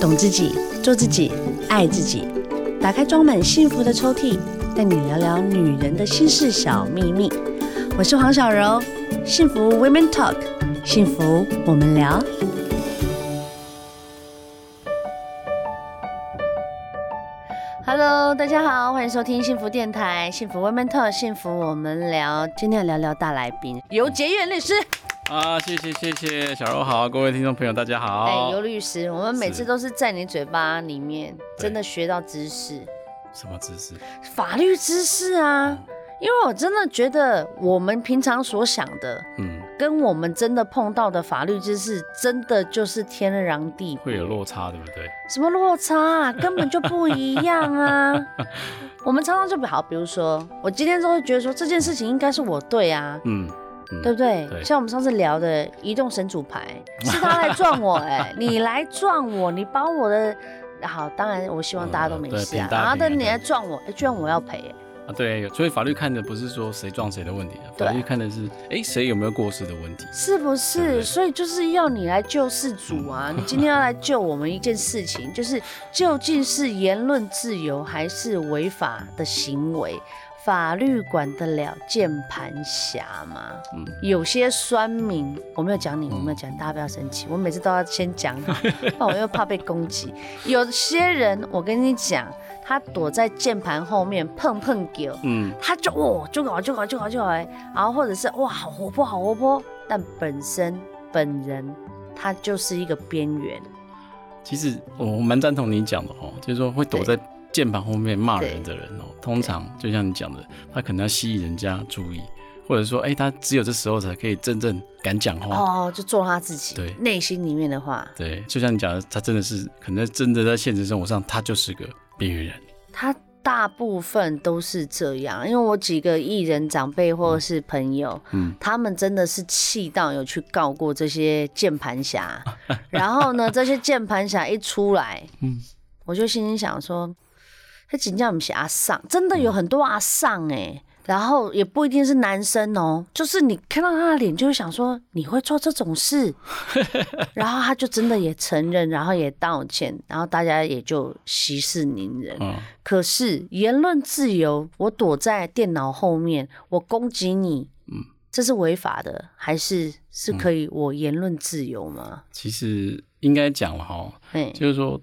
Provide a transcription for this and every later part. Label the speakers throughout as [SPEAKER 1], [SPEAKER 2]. [SPEAKER 1] 懂自己，做自己，爱自己。打开装满幸福的抽屉，带你聊聊女人的心事小秘密。我是黄小柔，幸福 Women Talk，幸福我们聊。Hello，大家好，欢迎收听幸福电台《幸福 Women Talk》，幸福我们聊。今天要聊聊大来宾尤杰远律师。
[SPEAKER 2] 啊，谢谢谢谢，小柔好，各位听众朋友大家
[SPEAKER 1] 哎、
[SPEAKER 2] 好。
[SPEAKER 1] 尤律师，我们每次
[SPEAKER 2] 是
[SPEAKER 1] 都是在你嘴巴里面
[SPEAKER 2] 对
[SPEAKER 1] 真的学到知识，
[SPEAKER 2] 什么知识？
[SPEAKER 1] 法律知识啊。因为我真的觉得我们平常所想的，
[SPEAKER 2] 嗯，
[SPEAKER 1] 跟我们真的碰到的法律知识，真的就是天壤地别
[SPEAKER 2] 会有落差，对不对？
[SPEAKER 1] 什么落差、啊，根本就不一样 啊！我们常常就比好，比如说，我今天都会觉得说这件事情应该是我对啊，
[SPEAKER 2] 嗯，
[SPEAKER 1] 对不对？
[SPEAKER 2] 对
[SPEAKER 1] 像我们上次聊的移动神主牌，是他来撞我、 哎，你来撞我，你把我的好，当然我希望大家都没
[SPEAKER 2] 嗯对
[SPEAKER 1] 事啊，
[SPEAKER 2] 挺大
[SPEAKER 1] 然后
[SPEAKER 2] 挺
[SPEAKER 1] 但
[SPEAKER 2] 大
[SPEAKER 1] 你
[SPEAKER 2] 的
[SPEAKER 1] 来撞我，哎，居然我要赔、哎
[SPEAKER 2] 啊，对，所以法律看的不是说谁撞谁的问题啊，
[SPEAKER 1] 对
[SPEAKER 2] 法律看的是哎谁有没有过失的问题。
[SPEAKER 1] 是不
[SPEAKER 2] 对嗯
[SPEAKER 1] 是？
[SPEAKER 2] 对
[SPEAKER 1] 所以就是要你来救世主啊！你今天要来救我们一件事情，就是究竟是言论自由还是违法的行为？法律管得了键盘侠吗？
[SPEAKER 2] 嗯
[SPEAKER 1] 有些酸民，我没有讲你，我没有讲你，大家不要生气。我每次都要先讲 好，不然我又怕被攻击。有些人，我跟你讲，他躲在键盘后面碰碰狗，
[SPEAKER 2] 嗯，
[SPEAKER 1] 他就哦，就搞就搞就搞就搞哎，然后或者是哇，好活泼，好活泼，但本身本人他就是一个边缘，
[SPEAKER 2] 其实我蛮赞同你讲的哦，就是说会躲在键盘后面骂人的人哦，通常就像你讲的，他可能要吸引人家注意，或者说哎他只有这时候才可以真正敢讲话。
[SPEAKER 1] 哦，就做他自己，
[SPEAKER 2] 对
[SPEAKER 1] 内心里面的话，
[SPEAKER 2] 对，就像你讲的，他真的是可能真的在现实生活上，他就是个边缘人。
[SPEAKER 1] 他大部分都是这样。因为我几个艺人长辈或者是朋友，
[SPEAKER 2] 嗯
[SPEAKER 1] 他们真的是气到有去告过这些键盘 侠，然后呢，这些键盘侠一出来，
[SPEAKER 2] 嗯
[SPEAKER 1] 我就心里想说，他请教我们是阿
[SPEAKER 2] 嗯
[SPEAKER 1] 上，真的有很多阿上哎、然后也不一定是男生哦，就是你看到他的脸，就会想说你会做这种 事，然后他就真的也承认，然后也道歉，然后大家也就息事宁人。
[SPEAKER 2] 嗯。
[SPEAKER 1] 可是言论自由，我躲在电脑后面，我攻击你，
[SPEAKER 2] 嗯
[SPEAKER 1] 这是违法的，还是是可以我言论自由吗？
[SPEAKER 2] 其实应该讲了哈，
[SPEAKER 1] 哎、
[SPEAKER 2] 就是说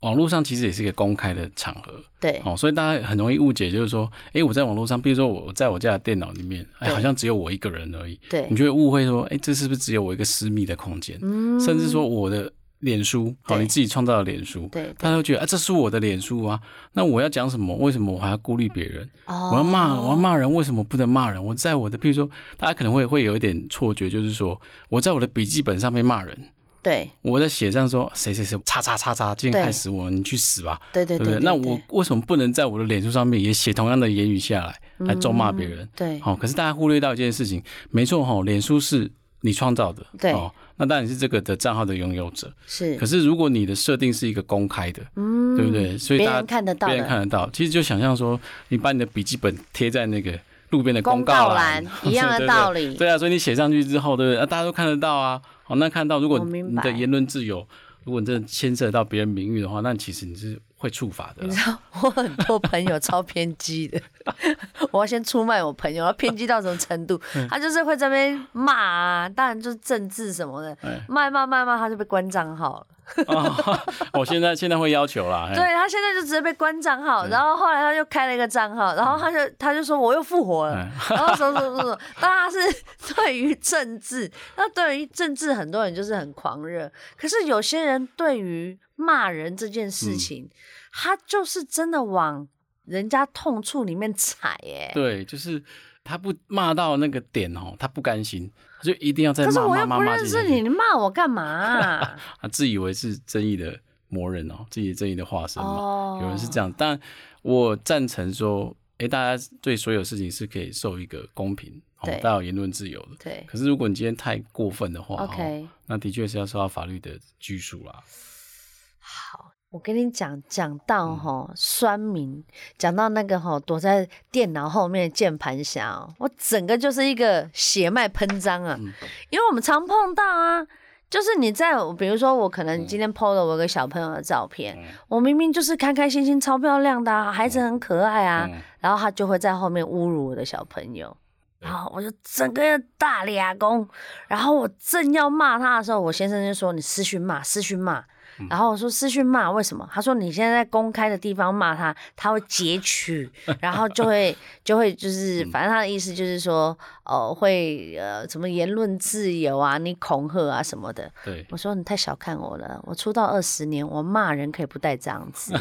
[SPEAKER 2] 网络上其实也是一个公开的场合，
[SPEAKER 1] 对，
[SPEAKER 2] 哦，所以大家很容易误解，就是说，诶，我在网络上，比如说我在我家的电脑里面，哎，
[SPEAKER 1] 对
[SPEAKER 2] 好像只有我一个人而已，
[SPEAKER 1] 对
[SPEAKER 2] 你，就会误会说，诶，这是不是只有我一个私密的空间？
[SPEAKER 1] 嗯
[SPEAKER 2] 甚至说我的脸书，好，
[SPEAKER 1] 对
[SPEAKER 2] 你自己创造的脸书，
[SPEAKER 1] 对，
[SPEAKER 2] 大家会觉得啊，这是我的脸书啊，那我要讲什么？为什么我还要顾虑别人？
[SPEAKER 1] 哦
[SPEAKER 2] 我要骂，我要骂人，为什么不能骂人？我在我的，譬如说，大家可能会会有一点错觉，就是说我在我的笔记本上面骂人。
[SPEAKER 1] 对
[SPEAKER 2] 我在写上说谁谁谁叉叉叉叉，今天害死我，你去死吧，
[SPEAKER 1] 对对
[SPEAKER 2] 对不
[SPEAKER 1] 对
[SPEAKER 2] 对？
[SPEAKER 1] 对，
[SPEAKER 2] 那我为什么不能在我的脸书上面也写同样的言语下来，来咒骂别人
[SPEAKER 1] 嗯？对
[SPEAKER 2] 好、可是大家忽略到一件事情，没错哈、脸书是你创造的，
[SPEAKER 1] 对
[SPEAKER 2] 哦，那当然是这个的账号的拥有者。
[SPEAKER 1] 是
[SPEAKER 2] 可，是如果你的设定是一个公开的，
[SPEAKER 1] 嗯
[SPEAKER 2] 对不？对？所以
[SPEAKER 1] 别
[SPEAKER 2] 大
[SPEAKER 1] 人
[SPEAKER 2] 家
[SPEAKER 1] 看得到
[SPEAKER 2] 别人
[SPEAKER 1] 的
[SPEAKER 2] 看得到，其实就想象说，你把你的笔记本贴在那个路边的
[SPEAKER 1] 公
[SPEAKER 2] 告
[SPEAKER 1] 告栏 一样的
[SPEAKER 2] 对对对
[SPEAKER 1] 道理，
[SPEAKER 2] 对啊，所以你写上去之后，对不对？啊，大家都看得到啊。好，那看到，如果
[SPEAKER 1] 我明
[SPEAKER 2] 你
[SPEAKER 1] 白
[SPEAKER 2] 的言论自由，如果你真的牵涉到别人名誉的话，那其实你是会触法的
[SPEAKER 1] 你
[SPEAKER 2] 啦。
[SPEAKER 1] 知道 我很多朋友超偏激的， 我要先出卖我朋友，要偏激到什么程度？他就是会在那边骂啊，当然就是政治什么的，
[SPEAKER 2] 哎，
[SPEAKER 1] 骂一骂骂一骂，他就被关账号了。
[SPEAKER 2] 哦，我现在现在会要求啦。
[SPEAKER 1] 对
[SPEAKER 2] 哎，
[SPEAKER 1] 他现在就直接被关账号，然后后来他就开了一个账号，然后他就他就说我又复活了
[SPEAKER 2] 嗯哎，
[SPEAKER 1] 然后什么什么什么，当然他是对于政治， 那对于政治很多人就是很狂热，可是有些人对于骂人这件事
[SPEAKER 2] 嗯
[SPEAKER 1] 情，他就是真的往人家痛处里面踩耶。
[SPEAKER 2] 对，就是他不骂到那个点哦，他不甘心，他就一定要再
[SPEAKER 1] 可是
[SPEAKER 2] 骂
[SPEAKER 1] 我
[SPEAKER 2] 骂
[SPEAKER 1] 又
[SPEAKER 2] 骂
[SPEAKER 1] 不
[SPEAKER 2] 骂
[SPEAKER 1] 认
[SPEAKER 2] 进
[SPEAKER 1] 识
[SPEAKER 2] 去
[SPEAKER 1] 你，，你骂我干嘛啊、
[SPEAKER 2] 他自以为是正义的魔人哦，自己正义的化身嘛。
[SPEAKER 1] 哦
[SPEAKER 2] 有人是这样，但我赞成说，哎，大家对所有事情是可以受一个公平，哦
[SPEAKER 1] 对，
[SPEAKER 2] 大家有言论自由的。
[SPEAKER 1] 哦对
[SPEAKER 2] 可是如果你今天太过分的话哦
[SPEAKER 1] ，OK。
[SPEAKER 2] 那的确是要受到法律的拘束啦。
[SPEAKER 1] 好，我跟你讲，讲到吼酸民，讲到那个吼躲在电脑后面的键盘侠哦，我整个就是一个血脉喷张啊，因为我们常碰到啊，就是你在，比如说我可能今天 PO 了我一个小朋友的照片，我明明就是开开心心、超漂亮的、啊，孩子很可爱啊，
[SPEAKER 2] 嗯
[SPEAKER 1] 然后他就会在后面侮辱我的小朋友，然后我就整个人大俩公，然后我正要骂他的时候，我先生就说你私讯骂，私讯骂。然后我说私讯骂为什么？他说你现在在公开的地方骂他，他会截取，然后就会就会就是，反正他的意思就是说，哦，会呃什么言论自由啊，你恐吓啊什么的。
[SPEAKER 2] 对，
[SPEAKER 1] 我说你太小看我了，我出道二十年，我骂人可以不带脏 字，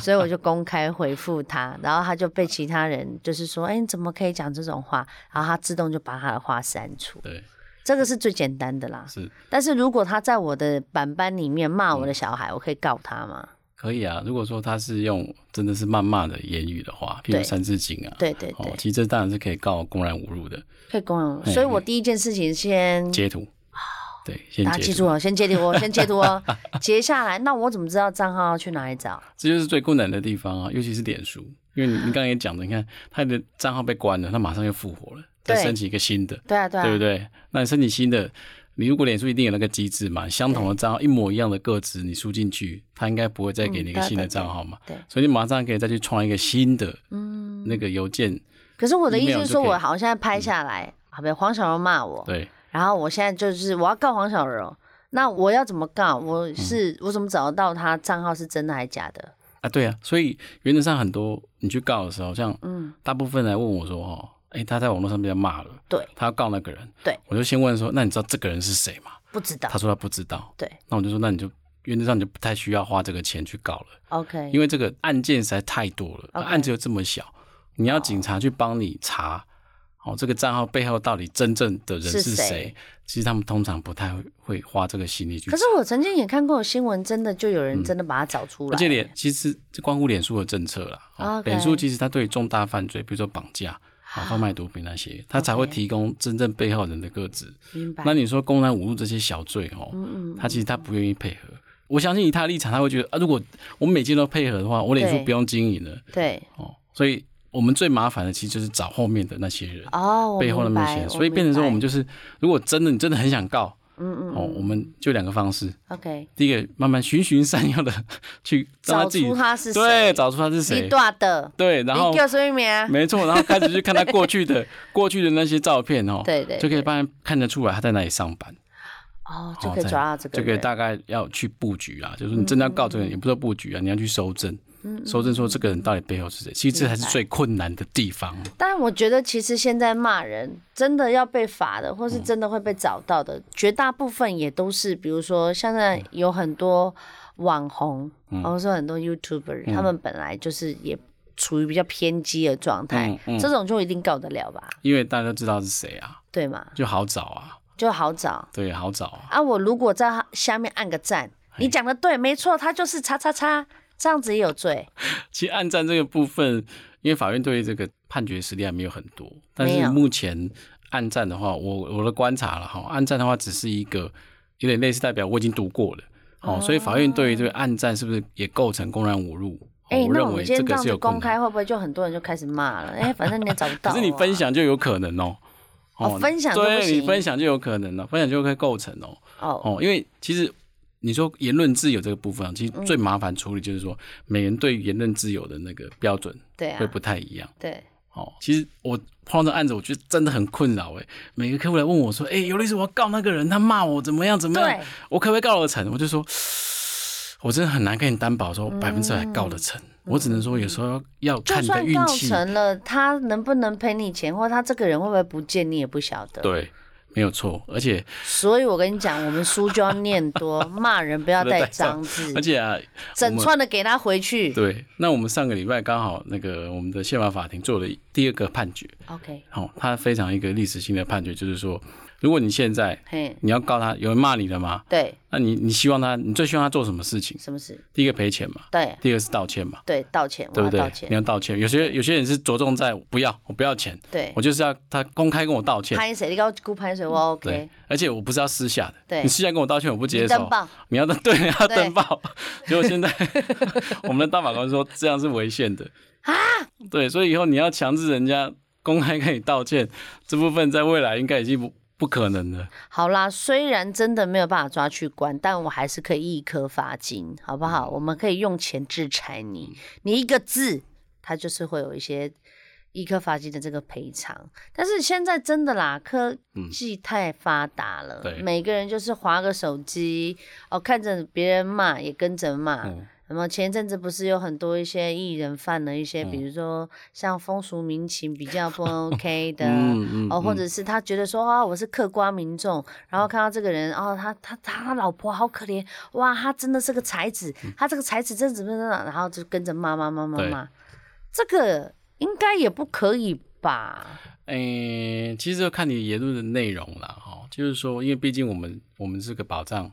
[SPEAKER 1] 所以我就公开回复他，然后他就被其他人就是说，哎，你怎么可以讲这种话？然后他自动就把他的话删除，
[SPEAKER 2] 对，
[SPEAKER 1] 这个是最简单的啦。
[SPEAKER 2] 是
[SPEAKER 1] 但是如果他在我的板板里面骂
[SPEAKER 2] 嗯
[SPEAKER 1] 我的小孩，我可以告他吗？
[SPEAKER 2] 可以啊。如果说他是用真的是谩骂的言语的话，譬
[SPEAKER 1] 对
[SPEAKER 2] 如三字经啊，
[SPEAKER 1] 对对嗯
[SPEAKER 2] 哦
[SPEAKER 1] 对，，
[SPEAKER 2] 其实这当然是可以告公然侮辱的
[SPEAKER 1] 可以公然。
[SPEAKER 2] 嘿
[SPEAKER 1] 所以我第一件事情先。
[SPEAKER 2] 截图。对，先
[SPEAKER 1] 大家
[SPEAKER 2] 截
[SPEAKER 1] 记
[SPEAKER 2] 图，
[SPEAKER 1] 住哦，先截图哦，先截图 哦，截下来。那我怎么知道账号要去哪里找？
[SPEAKER 2] 这就是最困难的地方啊，尤其是脸书，因为你你刚刚也讲了，你看他的账号被关了，他马上又复活了，再
[SPEAKER 1] 对
[SPEAKER 2] 申请一个新的，
[SPEAKER 1] 对啊，对啊，
[SPEAKER 2] 对不对？那你申请新的，你如果脸书一定有那个机制嘛，相同的账号一模一样的个值，你输进去，它应该不会再给你一个
[SPEAKER 1] 嗯对
[SPEAKER 2] 新的
[SPEAKER 1] 对
[SPEAKER 2] 账号嘛。
[SPEAKER 1] 对
[SPEAKER 2] 所以你马上可以再去创一个新的，嗯，那个邮件，
[SPEAKER 1] 可是我的意思
[SPEAKER 2] email
[SPEAKER 1] 是
[SPEAKER 2] 就
[SPEAKER 1] 说，
[SPEAKER 2] 可以嗯
[SPEAKER 1] 我好像现在拍下来，好呗，黄小柔骂我，
[SPEAKER 2] 对，
[SPEAKER 1] 然后我现在就是我要告黄小柔，那我要怎么告？我
[SPEAKER 2] 嗯
[SPEAKER 1] 是、我怎么找得到他账号是真的还假的？
[SPEAKER 2] 啊，对啊。所以原则上很多你去告的时候，像嗯，大部分来问我说，哦，哎，他在网络上被人家骂了，
[SPEAKER 1] 对，
[SPEAKER 2] 他要告那个人，
[SPEAKER 1] 对，
[SPEAKER 2] 我就先问说，那你知道这个人是谁吗？
[SPEAKER 1] 不知道
[SPEAKER 2] 他，说他不知道，
[SPEAKER 1] 对
[SPEAKER 2] 那我就说，那你就原则上你就不太需要花这个钱去告了。
[SPEAKER 1] ，OK，
[SPEAKER 2] 因为这个案件实在太多了，
[SPEAKER 1] OK
[SPEAKER 2] 案子又这么小，你要警察去帮你查，哦，这个账号背后到底真正的人
[SPEAKER 1] 是
[SPEAKER 2] 是
[SPEAKER 1] 谁
[SPEAKER 2] 谁？其实他们通常不太会会花这个心力去
[SPEAKER 1] 可。是我曾经也看过有新闻，真的就有人真的把它找出来，
[SPEAKER 2] 嗯而且脸其实这关乎脸书的政策啦，哦
[SPEAKER 1] OK
[SPEAKER 2] 脸书其实它对于重大犯罪，比如说绑架、啊贩卖毒品那些，它才会
[SPEAKER 1] OK
[SPEAKER 2] 提供真正背后人的个资。
[SPEAKER 1] 明白
[SPEAKER 2] 那？你说公然侮辱这些小罪哦，
[SPEAKER 1] 嗯嗯，
[SPEAKER 2] 他其实他不愿意配合。我相信以他的立场，他会觉得啊，如果我每件都配合的话，我脸书
[SPEAKER 1] 对
[SPEAKER 2] 不用经营了。
[SPEAKER 1] 对，
[SPEAKER 2] 哦，所以我们最麻烦的其实就是找后面的那些人，
[SPEAKER 1] 哦，我
[SPEAKER 2] 背后的
[SPEAKER 1] 明
[SPEAKER 2] 那
[SPEAKER 1] 白
[SPEAKER 2] 些人，所以变成说我们
[SPEAKER 1] 就
[SPEAKER 2] 就是，如果真的你真的很想告，
[SPEAKER 1] 嗯嗯
[SPEAKER 2] 哦，我们就两个方式，
[SPEAKER 1] ，OK，
[SPEAKER 2] 第一个慢慢循循善诱的去让
[SPEAKER 1] 找
[SPEAKER 2] 他自己
[SPEAKER 1] 出他是谁，
[SPEAKER 2] 对，找出他是谁
[SPEAKER 1] 你，大的，
[SPEAKER 2] 对，然后
[SPEAKER 1] 你叫什么名？
[SPEAKER 2] 没错，然后开始去看他过 去的过去的那些照片哦，
[SPEAKER 1] 对对
[SPEAKER 2] 就可以
[SPEAKER 1] 对
[SPEAKER 2] 帮他看得出来他在哪里上班。
[SPEAKER 1] 哦，就可以
[SPEAKER 2] 哦
[SPEAKER 1] 抓到这个嗯
[SPEAKER 2] 这
[SPEAKER 1] 人，
[SPEAKER 2] 个大概要去布局啊，就是你真的要告这个人，也不是说布局啊，你要去搜证，
[SPEAKER 1] 嗯
[SPEAKER 2] 搜证说这个人到底背后是谁，其实这才是最困难的地方。
[SPEAKER 1] 但我觉得，其实现在骂人真的要被罚的，或是
[SPEAKER 2] 嗯
[SPEAKER 1] 真的会被找到的，绝大部分也都是，比如说现在有很多网红，
[SPEAKER 2] 嗯
[SPEAKER 1] 或者说很多 YouTuber，、他们本来就是也处于比较偏激的状态，
[SPEAKER 2] 嗯嗯
[SPEAKER 1] 这种就一定告得了吧？
[SPEAKER 2] 因为大家都知道是谁啊，
[SPEAKER 1] 对嘛？
[SPEAKER 2] 就好找啊，
[SPEAKER 1] 就好找
[SPEAKER 2] 对，好找啊，
[SPEAKER 1] 啊！我如果在下面按个赞，你讲的对，没错，他就是叉叉叉，这样子也有罪。
[SPEAKER 2] 其实暗战这个部分，因为法院对于这个判决实力还没有很多，但
[SPEAKER 1] 没
[SPEAKER 2] 是
[SPEAKER 1] 有
[SPEAKER 2] 目前暗战的话，我我的观察了哈，暗战的话只是一个有点类似代表我已经读过了，哦，所以法院对于这个暗战是不是也构成公然侮辱？
[SPEAKER 1] 哎、
[SPEAKER 2] 哦我
[SPEAKER 1] 那我
[SPEAKER 2] 认为
[SPEAKER 1] 们今
[SPEAKER 2] 这
[SPEAKER 1] 天这
[SPEAKER 2] 个
[SPEAKER 1] 样
[SPEAKER 2] 是
[SPEAKER 1] 子
[SPEAKER 2] 有困
[SPEAKER 1] 公
[SPEAKER 2] 难。
[SPEAKER 1] 开，会不会就很多人就开始骂了？哎、反正你也找不到、
[SPEAKER 2] 可
[SPEAKER 1] 啊。
[SPEAKER 2] 是你分享就有可能哦。
[SPEAKER 1] 哦分享就不
[SPEAKER 2] 对你
[SPEAKER 1] 行
[SPEAKER 2] 分享就有可能了、分享就会构成哦。
[SPEAKER 1] 哦，
[SPEAKER 2] 哦，因为其实你说言论自由这个部分啊，其实
[SPEAKER 1] 嗯
[SPEAKER 2] 最麻烦处理就是说，每人对于言论自由的那个标准
[SPEAKER 1] 对啊
[SPEAKER 2] 会，不太一样。
[SPEAKER 1] 对。
[SPEAKER 2] 哦，其实我碰到这案子，我觉得真的很困扰哎。每个客户来问我说：“哎、尤律师，我要告那个人，他骂我怎么样怎么样
[SPEAKER 1] 对，
[SPEAKER 2] 我可不可以告得成？”我就说，我真的很难跟你担保说百分之百告得成。我只能说，有时候要
[SPEAKER 1] 嗯就
[SPEAKER 2] 看你的
[SPEAKER 1] 算
[SPEAKER 2] 运
[SPEAKER 1] 告
[SPEAKER 2] 气。
[SPEAKER 1] 成了，他能不能赔你钱，或他这个人会不会不见，你也不晓得。
[SPEAKER 2] 对，没有错。而且
[SPEAKER 1] 所以我跟你讲，我们书就要念多，骂人不要 带脏字
[SPEAKER 2] 而，且啊，
[SPEAKER 1] 整串的给他回去。
[SPEAKER 2] 对，那我们上个礼拜刚好那个我们的宪法法庭做了第二个判决，
[SPEAKER 1] OK，
[SPEAKER 2] 哦，它非常一个历史性的判决，就是说，如果你现在
[SPEAKER 1] 嘿，
[SPEAKER 2] 你要告他，有人骂你了吗？
[SPEAKER 1] 对，
[SPEAKER 2] 那你你希望他，你最希望他做什么事情？
[SPEAKER 1] 什么事？
[SPEAKER 2] 第一个赔钱嘛，
[SPEAKER 1] 对
[SPEAKER 2] 第二个是道歉嘛，
[SPEAKER 1] 对，道歉，我
[SPEAKER 2] 对
[SPEAKER 1] 要
[SPEAKER 2] 不对
[SPEAKER 1] 道？
[SPEAKER 2] 你
[SPEAKER 1] 歉，
[SPEAKER 2] 要道歉。有些有些人是着重在不要，我不要钱，
[SPEAKER 1] 对
[SPEAKER 2] 我，就是要他公开跟我道歉。
[SPEAKER 1] 拍谁？你给我顾拍谁？我 OK，
[SPEAKER 2] 对，而且我不是要私下的，
[SPEAKER 1] 对
[SPEAKER 2] 你私下跟我道歉，我不接
[SPEAKER 1] 你
[SPEAKER 2] 受
[SPEAKER 1] 登。报，
[SPEAKER 2] 你要登 对，你要
[SPEAKER 1] 对
[SPEAKER 2] 登报。结果现在 我们的大法官说这样是违宪的啊，对，所以以后你要强制人家公开跟你道歉，这部分在未来应该已经不不可能的。
[SPEAKER 1] 好啦，虽然真的没有办法抓去关，但我还是可以一颗罚金，好不
[SPEAKER 2] 嗯
[SPEAKER 1] 好？我们可以用钱制裁你，你一个字，他就是会有一些一颗罚金的这个赔偿。但是现在真的啦，科技太发达了，
[SPEAKER 2] 嗯对
[SPEAKER 1] 每个人就是划个手机，哦，看着别人骂也跟着骂。
[SPEAKER 2] 嗯
[SPEAKER 1] 那么前一阵子不是有很多一些艺人犯了一些，比
[SPEAKER 2] 嗯
[SPEAKER 1] 如说像风俗民情比较 不 OK 的，
[SPEAKER 2] 嗯
[SPEAKER 1] 哦，或者是他觉得说啊，我是客观民众，然后看到这个人，哦，他他他他老婆好可怜，哇，他真的是个才子，他这个才子真的怎么怎么样，然后就跟着骂骂骂骂
[SPEAKER 2] 嗯对
[SPEAKER 1] 骂，这个应该也不可以吧？
[SPEAKER 2] 诶、其实就看你言论的内容啦，哦，就是说，因为毕竟我们我们是个保障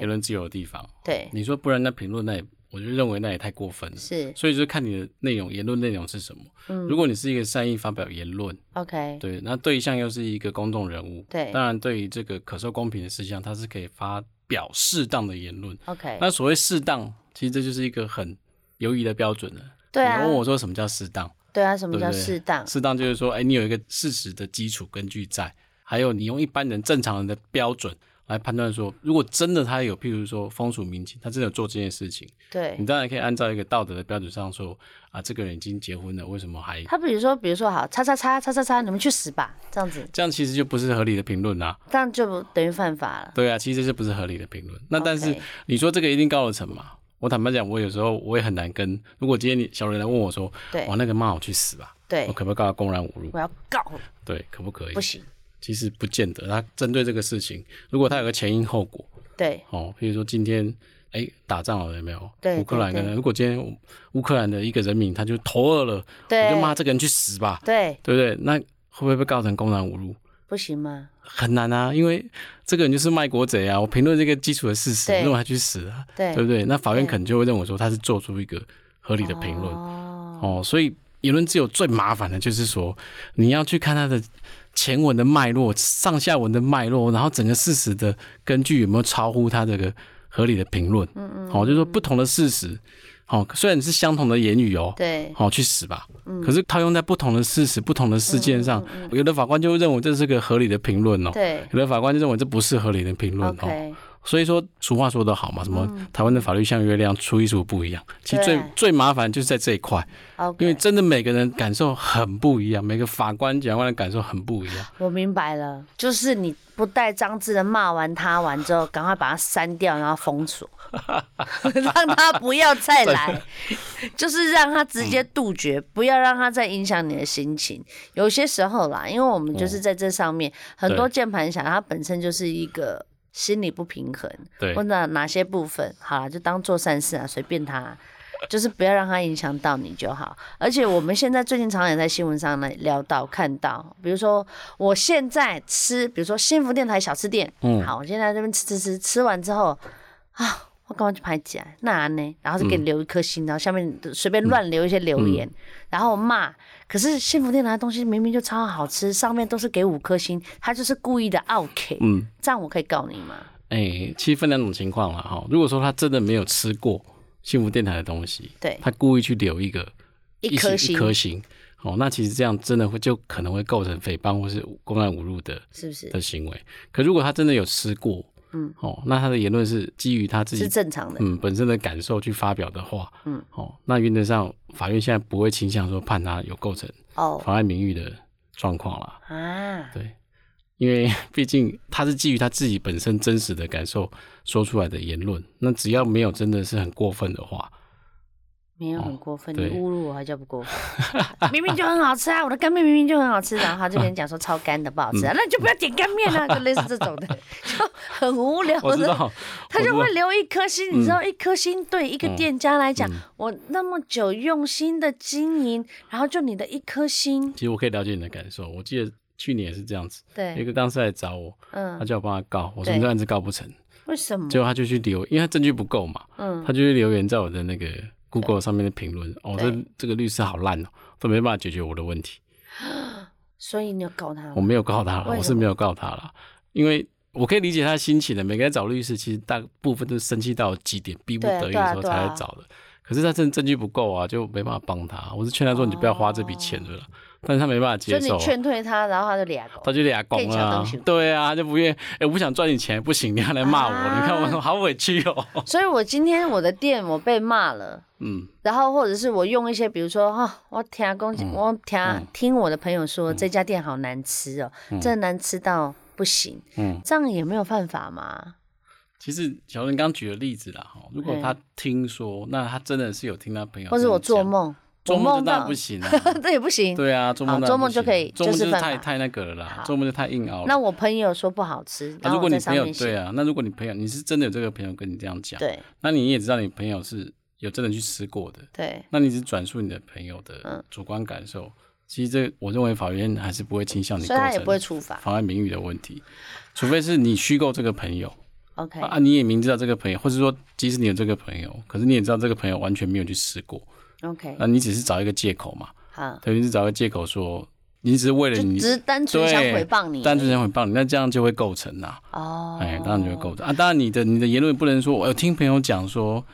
[SPEAKER 1] 对
[SPEAKER 2] 论自由的地方，
[SPEAKER 1] 对，
[SPEAKER 2] 你说不然那评论那也，我就认为那也太过分了。
[SPEAKER 1] 是，
[SPEAKER 2] 所以就看你的内容，言论内容是什么。
[SPEAKER 1] 嗯
[SPEAKER 2] 如果你是一个善意发表言论，
[SPEAKER 1] ，OK，
[SPEAKER 2] 对，那对象又是一个公众人物，
[SPEAKER 1] 对
[SPEAKER 2] 当然对于这个可受公平的事项，他是可以发表适当的言论。
[SPEAKER 1] ，OK，
[SPEAKER 2] 那所谓适当，其实这就是一个很犹疑的标准了。
[SPEAKER 1] 对
[SPEAKER 2] 你
[SPEAKER 1] 啊
[SPEAKER 2] 要，问我说什么叫适当？
[SPEAKER 1] 对啊，什么
[SPEAKER 2] 对不
[SPEAKER 1] 叫
[SPEAKER 2] 对
[SPEAKER 1] 适当？
[SPEAKER 2] 适当就是说，哎，你有一个事实的基础根据在，还有你用一般人正常人的标准来判断说，如果真的他有，譬如说风俗民情，他真的有做这件事情，你
[SPEAKER 1] 对。
[SPEAKER 2] 当然可以按照一个道德的标准上说，啊，这个人已经结婚了，为什么还
[SPEAKER 1] 他比如说，比如说好，叉叉叉叉叉叉，你们去死吧，这样子，
[SPEAKER 2] 这样？其实就不是合理的评论啦、
[SPEAKER 1] 这样就等于犯法了。
[SPEAKER 2] 对啊，其实这就不是合理的评论。那但是
[SPEAKER 1] OK
[SPEAKER 2] 你说这个一定告得成吗？我坦白讲，我有时候我也很难跟。如果今天你小人来问我说，
[SPEAKER 1] 对
[SPEAKER 2] 哇，那个骂我去死吧，
[SPEAKER 1] 对
[SPEAKER 2] 我，可不可以告他公然侮辱？
[SPEAKER 1] 我要告，
[SPEAKER 2] 对，可不可以
[SPEAKER 1] 不？行。
[SPEAKER 2] 其实不见得。他针对这个事情，如果他有个前因后果，
[SPEAKER 1] 对
[SPEAKER 2] 哦，比如说今天哎、打仗了有没有？
[SPEAKER 1] 对
[SPEAKER 2] 乌克兰
[SPEAKER 1] 对
[SPEAKER 2] 跟
[SPEAKER 1] 对
[SPEAKER 2] 如果今天乌克兰的一个人民他就投饿了，
[SPEAKER 1] 对
[SPEAKER 2] 你就骂这个人去死吧，
[SPEAKER 1] 对，
[SPEAKER 2] 对不对？那会不会被告成公然侮辱？
[SPEAKER 1] 不行吗？
[SPEAKER 2] 很难啊，因为这个人就是卖国贼啊！我评论这个基础的事实，
[SPEAKER 1] 对
[SPEAKER 2] 认为他去死啊，
[SPEAKER 1] 对
[SPEAKER 2] 对不对？那法院
[SPEAKER 1] 对
[SPEAKER 2] 可能就会认为说他是做出一个合理的评论
[SPEAKER 1] 哦，
[SPEAKER 2] 哦，所以言论自由最麻烦的就是说，你要去看它的前文的脉络、上下文的脉络，然后整个事实的根据有没有超乎它这个合理的评论。嗯嗯。好、就是说不同的事实，好、虽然是相同的言语哦，
[SPEAKER 1] 对嗯
[SPEAKER 2] 好、去死吧。可是套用在不同的事实、不同的事件上，有的法官就会认为这是个合理的评论哦。
[SPEAKER 1] 对
[SPEAKER 2] 有的法官就认为这不是合理的评论哦，
[SPEAKER 1] ，OK，
[SPEAKER 2] 所以说俗话说得好嘛，什么台湾的法律像月亮，初一十五不一样。其实最
[SPEAKER 1] 嗯对
[SPEAKER 2] 最麻烦就是在这一块，
[SPEAKER 1] OK，
[SPEAKER 2] 哦因为真的每个人感受很不一样，每个法官、检察官的感受很不一样。
[SPEAKER 1] 我明白了，就是你不带脏字的骂完他完之后，赶快把他删掉，然后封 锁，让他不要再来，就是让他直
[SPEAKER 2] 嗯
[SPEAKER 1] 接杜绝，不要让他再影响你的心情。有些时候啦，因为我们就是在这上面，很多
[SPEAKER 2] 哦对
[SPEAKER 1] 键盘侠他本身就是一个心理不平衡，
[SPEAKER 2] 对
[SPEAKER 1] 或者哪些部分，好啦，就当做善事啊，随便他、就是不要让它影响到你就好。而且我们现在最近常常也在新闻上呢聊到看到，比如说我现在吃，比如说幸福电台小吃店，
[SPEAKER 2] 嗯
[SPEAKER 1] 好，我现在在这边吃吃吃，吃完之后啊，我赶快去拍起来，那呢，然后就给
[SPEAKER 2] 嗯
[SPEAKER 1] 你留一颗心，然后下面随便乱留一些留言，然后骂。可是幸福电台的东西明明就超好吃，上面都是给五颗星，他就是故意的 OK，
[SPEAKER 2] 嗯，
[SPEAKER 1] 这样我可以告你吗？
[SPEAKER 2] 哎、其实分两种情况了哈。如果说他真的没有吃过幸福电台的东西，
[SPEAKER 1] 对
[SPEAKER 2] 他故意去留一个
[SPEAKER 1] 一颗星
[SPEAKER 2] 一颗星，哦，那其实这样真的会就可能会构成诽谤或是公然侮辱的
[SPEAKER 1] 是不是
[SPEAKER 2] 的行为。可如果他真的有吃过，
[SPEAKER 1] 嗯，
[SPEAKER 2] 哦，那他的言论是基于他自己
[SPEAKER 1] 是正常的？
[SPEAKER 2] 嗯本身的感受去发表的话，
[SPEAKER 1] 嗯，
[SPEAKER 2] 哦，那原则上法院现在不会倾向说判他有构成
[SPEAKER 1] 哦
[SPEAKER 2] 妨碍名誉的状况啦。
[SPEAKER 1] 啊，
[SPEAKER 2] 对，因为 毕竟他是基于他自己本身真实的感受说出来的言论，那只要没有真的是很过分的话，
[SPEAKER 1] 没有很
[SPEAKER 2] 哦
[SPEAKER 1] 过分，你
[SPEAKER 2] 对
[SPEAKER 1] 侮辱我还叫不过分？ 明明就很好吃啊，我的干面明明就很好吃，然后他就
[SPEAKER 2] 嗯
[SPEAKER 1] 跟你讲说超干的不好吃啊，那你就不要点干面啊，就类似这种 的，就很无聊
[SPEAKER 2] 我知
[SPEAKER 1] 的。
[SPEAKER 2] 道，
[SPEAKER 1] 哦
[SPEAKER 2] 嗯
[SPEAKER 1] 他
[SPEAKER 2] 我
[SPEAKER 1] 就
[SPEAKER 2] 知道
[SPEAKER 1] 会留一颗星，你知道，一颗星对一个店家来
[SPEAKER 2] 嗯
[SPEAKER 1] 讲，我那么久用心的经营，然后就你的一颗星，
[SPEAKER 2] 其实我可以了解你的感受，我记得去年也是这样子，有一
[SPEAKER 1] 对，
[SPEAKER 2] 个当事来找我，他
[SPEAKER 1] 嗯，
[SPEAKER 2] 叫我帮他告，我说
[SPEAKER 1] 对嗯
[SPEAKER 2] 这案子告不成，
[SPEAKER 1] 为什么？
[SPEAKER 2] 结果他就去留，因为他证据不够嘛，
[SPEAKER 1] 嗯
[SPEAKER 2] 他就去留言在我的那个 Google 上面的评论，哦，这
[SPEAKER 1] 对
[SPEAKER 2] 这个律师好烂哦，都没办法解决我的问题，
[SPEAKER 1] 所以你要告他
[SPEAKER 2] 我
[SPEAKER 1] 吗？
[SPEAKER 2] 没有告他了，
[SPEAKER 1] 为
[SPEAKER 2] 我
[SPEAKER 1] 什
[SPEAKER 2] 是没有告他了，因为我可以理解他的心情的。每个人找律师，其实大部分都是生气到极点，逼不
[SPEAKER 1] 对啊
[SPEAKER 2] 得已
[SPEAKER 1] 对啊
[SPEAKER 2] 的时候
[SPEAKER 1] 对
[SPEAKER 2] 才
[SPEAKER 1] 啊
[SPEAKER 2] 来找的。可是他真的证据不够啊，就没办法帮他。我是劝他说，你就不要花这笔钱了啦，但是他没办法
[SPEAKER 1] 哦所
[SPEAKER 2] 接
[SPEAKER 1] 以
[SPEAKER 2] 受
[SPEAKER 1] 你
[SPEAKER 2] 啊，
[SPEAKER 1] 劝退他，然后他就俩狗
[SPEAKER 2] 他。就俩拱了、
[SPEAKER 1] 更小东
[SPEAKER 2] 啊
[SPEAKER 1] 西，
[SPEAKER 2] 对啊，他就不愿意，哎、我不想赚你钱，不行，你还来骂我，
[SPEAKER 1] 啊
[SPEAKER 2] 你看我好委屈哦，
[SPEAKER 1] 所以我今天我的店我被骂了，
[SPEAKER 2] 嗯，
[SPEAKER 1] 然后或者是我用一些，比如说哈、我听公，我听、听我的朋友
[SPEAKER 2] 嗯
[SPEAKER 1] 说、这家店好难吃哦，真的难吃到不行，
[SPEAKER 2] 嗯
[SPEAKER 1] 这样也没有犯法嘛。
[SPEAKER 2] 其实小伦刚举的例子啦，哈，如果他听说，那他真的是有听他朋友，
[SPEAKER 1] 或者我做，梦，
[SPEAKER 2] 哦做
[SPEAKER 1] 我
[SPEAKER 2] 梦就
[SPEAKER 1] 梦
[SPEAKER 2] 当
[SPEAKER 1] 到
[SPEAKER 2] 然不，行 啊，
[SPEAKER 1] 这也不行。
[SPEAKER 2] 对啊，做梦
[SPEAKER 1] 好
[SPEAKER 2] 当然
[SPEAKER 1] 做梦
[SPEAKER 2] 不
[SPEAKER 1] 就
[SPEAKER 2] 行
[SPEAKER 1] 可以
[SPEAKER 2] 做梦
[SPEAKER 1] 就是
[SPEAKER 2] 就是
[SPEAKER 1] 犯
[SPEAKER 2] 太
[SPEAKER 1] 法
[SPEAKER 2] 太那个了啦
[SPEAKER 1] 好，
[SPEAKER 2] 做梦就太硬凹了。
[SPEAKER 1] 那我朋友说不好吃，然
[SPEAKER 2] 那啊如
[SPEAKER 1] 后
[SPEAKER 2] 果
[SPEAKER 1] 我
[SPEAKER 2] 你
[SPEAKER 1] 在上
[SPEAKER 2] 朋友
[SPEAKER 1] 面
[SPEAKER 2] 对
[SPEAKER 1] 写，
[SPEAKER 2] 啊，那啊如果你朋友你是真的有这个朋友跟你这样讲，
[SPEAKER 1] 对
[SPEAKER 2] 那你也知道你朋友是有真的去吃过的，
[SPEAKER 1] 对，
[SPEAKER 2] 那你只转述你的朋友
[SPEAKER 1] 嗯
[SPEAKER 2] 的主观感受，其实这我认为法院还是不会倾向你
[SPEAKER 1] 所
[SPEAKER 2] 构
[SPEAKER 1] 以他也不会
[SPEAKER 2] 成
[SPEAKER 1] 处罚。
[SPEAKER 2] 妨碍名誉的问题，除非是你虚构这个朋友
[SPEAKER 1] OK，
[SPEAKER 2] 啊，你也明知道这个朋友，或是说即使你有这个朋友，可是你也知道这个朋友完全没有去吃过，
[SPEAKER 1] OK，
[SPEAKER 2] 那你只是找一个借口嘛，
[SPEAKER 1] 好，
[SPEAKER 2] 等于是找一个借口说你只是为了
[SPEAKER 1] 就
[SPEAKER 2] 你
[SPEAKER 1] 只是单纯想诽
[SPEAKER 2] 对
[SPEAKER 1] 谤你而已，
[SPEAKER 2] 单纯想诽谤你，那这样就会构成呐、
[SPEAKER 1] 哦，
[SPEAKER 2] 哎，当然就会构成啊。当然，你的你的言论不能说，我有听朋友讲说，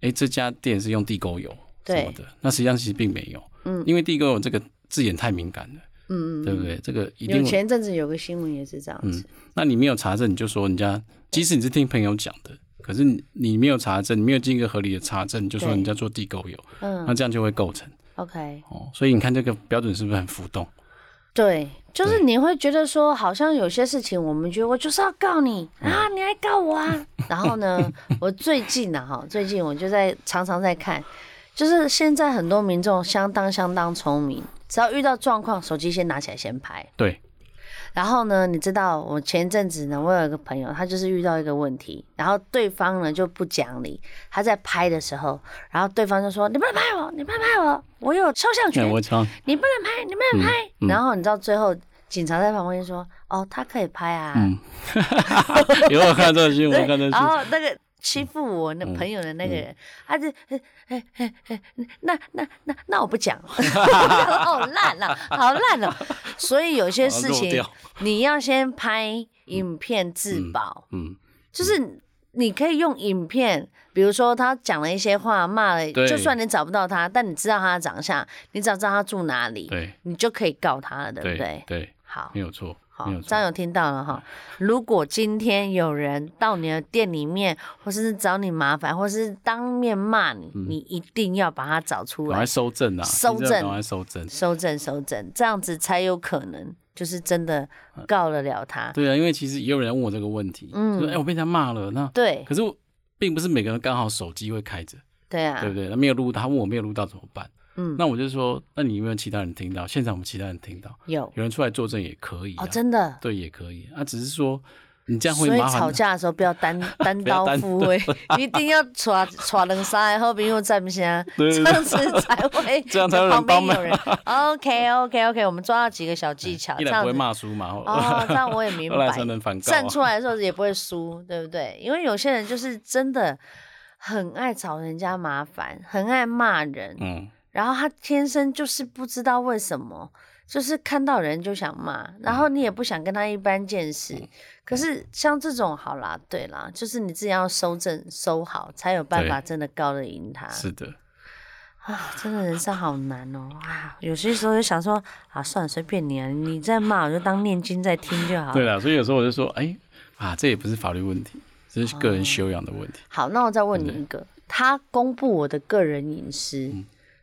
[SPEAKER 2] 哎、这家店是用地沟油
[SPEAKER 1] 对
[SPEAKER 2] 什么的，那实际上其实并没有，嗯，因为地沟油这个字眼太敏感了，
[SPEAKER 1] 嗯，
[SPEAKER 2] 对不对？这个一
[SPEAKER 1] 有
[SPEAKER 2] 定会，嗯
[SPEAKER 1] 前一阵子有个新闻也是这样子，
[SPEAKER 2] 那你没有查证，你就说人家，即使你是听朋友讲的，可是你你没有查证，你没有经过合理的查证，你就说
[SPEAKER 1] 对
[SPEAKER 2] 人家做地沟油，
[SPEAKER 1] 嗯
[SPEAKER 2] 那这样就会构成
[SPEAKER 1] OK，
[SPEAKER 2] 哦。所以你看这个标准是不是很浮 动？
[SPEAKER 1] 对，就是你会觉得说，好像有些事情我们觉得我就是要告你啊，你来告我啊。 然后呢，我最近呢、啊、哈，最近我就在常常在看，就是现在很多民众相当相当聪明，只要遇到状况，手机先拿起来先拍。
[SPEAKER 2] 对，
[SPEAKER 1] 然后呢，你知道我前一阵子呢，我有一个朋友，他就是遇到一个问题，然后对方呢就不讲理，他在拍的时候，然后对方就说：“你不能拍我，你不能拍我，我有肖像
[SPEAKER 2] 那
[SPEAKER 1] 权，
[SPEAKER 2] 我讲，
[SPEAKER 1] 你不能拍，你不能拍。
[SPEAKER 2] 嗯
[SPEAKER 1] 然后你知道最后警察在旁边说：“哦，他可以拍啊。
[SPEAKER 2] 嗯有我看这个新 闻，我看
[SPEAKER 1] 对，哦
[SPEAKER 2] 这个新
[SPEAKER 1] 然
[SPEAKER 2] 闻，
[SPEAKER 1] 后那个欺负我那朋
[SPEAKER 2] 嗯
[SPEAKER 1] 友的那个人，他就，呃嘿嘿嘿嘿呃那那那那我不讲， 我想说哦烂了，好烂了。所以有些事
[SPEAKER 2] 把它漏
[SPEAKER 1] 情
[SPEAKER 2] 掉
[SPEAKER 1] 你要先拍影片自保，
[SPEAKER 2] 嗯。
[SPEAKER 1] 就是你可以用影片，比如说他讲了一些话，骂了，
[SPEAKER 2] 对
[SPEAKER 1] 就算你找不到他，但你知道他的长相，你只要知道他住哪里，
[SPEAKER 2] 对
[SPEAKER 1] 你就可以告他了，对不对？
[SPEAKER 2] 对，
[SPEAKER 1] 好
[SPEAKER 2] 没。有错，
[SPEAKER 1] 好
[SPEAKER 2] 没有，
[SPEAKER 1] 这样
[SPEAKER 2] 错。
[SPEAKER 1] 有听到了哈。如果今天有人到你的店里面，或是找你麻烦，或是当面骂你，你一定要把他找出
[SPEAKER 2] 嗯赶快
[SPEAKER 1] 来，
[SPEAKER 2] 收正啊！
[SPEAKER 1] 收
[SPEAKER 2] 你真的
[SPEAKER 1] 正
[SPEAKER 2] 赶快收正。
[SPEAKER 1] 收正收正，这样子才有可能就是真的告得了他。
[SPEAKER 2] 嗯对啊，因为其实也有人问我这个问题，
[SPEAKER 1] 嗯
[SPEAKER 2] 嗯，哎、我被人家骂了，那
[SPEAKER 1] 对
[SPEAKER 2] 可是我并不是每个人刚好手机会开着，
[SPEAKER 1] 对啊
[SPEAKER 2] 对，不对？他没有录到，他问我没有录到怎么办？
[SPEAKER 1] 嗯，
[SPEAKER 2] 那我就说，那你有没有其他人听到？现场我们其他人听到，
[SPEAKER 1] 有
[SPEAKER 2] 有人出来作证也可以、啊，
[SPEAKER 1] 哦，真的。
[SPEAKER 2] 对，也可以啊，只是说你这样会
[SPEAKER 1] 所以
[SPEAKER 2] 麻烦
[SPEAKER 1] 吵架的时候不要 单单
[SPEAKER 2] 不要
[SPEAKER 1] 刀
[SPEAKER 2] 单
[SPEAKER 1] 赴会， 一定要抓抓人三后边又站不下，
[SPEAKER 2] 对
[SPEAKER 1] 这
[SPEAKER 2] 对对
[SPEAKER 1] 样子才会
[SPEAKER 2] 这样才有人
[SPEAKER 1] 旁边
[SPEAKER 2] 帮忙
[SPEAKER 1] 有人 OK OK OK，我们抓到几个小技巧，
[SPEAKER 2] 哎一
[SPEAKER 1] 这
[SPEAKER 2] 来
[SPEAKER 1] 样
[SPEAKER 2] 不会
[SPEAKER 1] 子
[SPEAKER 2] 骂输嘛，
[SPEAKER 1] 哦，这样我也明
[SPEAKER 2] 二来
[SPEAKER 1] 白
[SPEAKER 2] 才，能反告、
[SPEAKER 1] 站
[SPEAKER 2] 啊。
[SPEAKER 1] 出来的时候也不会输，对不对？因为有些人就是真的很爱找人家麻烦，很爱骂人，
[SPEAKER 2] 嗯，
[SPEAKER 1] 然后他天生就是不知道为什么，就是看到人就想骂，
[SPEAKER 2] 嗯
[SPEAKER 1] 然后你也不想跟他一般见识。可是像这种，好啦，对啦，就是你自己要收正收好，才有办法真的告得赢他。
[SPEAKER 2] 是的，
[SPEAKER 1] 啊，真的人生好难哦！啊，有些时候就想说，啊，算了，随便你啊，你在骂我就当念经在听就好了。
[SPEAKER 2] 对啦，所以有时候我就说，哎、啊，这也不是法律问题，这是
[SPEAKER 1] 哦
[SPEAKER 2] 个人修养的问题。
[SPEAKER 1] 好，那我再问你
[SPEAKER 2] 嗯
[SPEAKER 1] 一个，他公布我的个人隐私，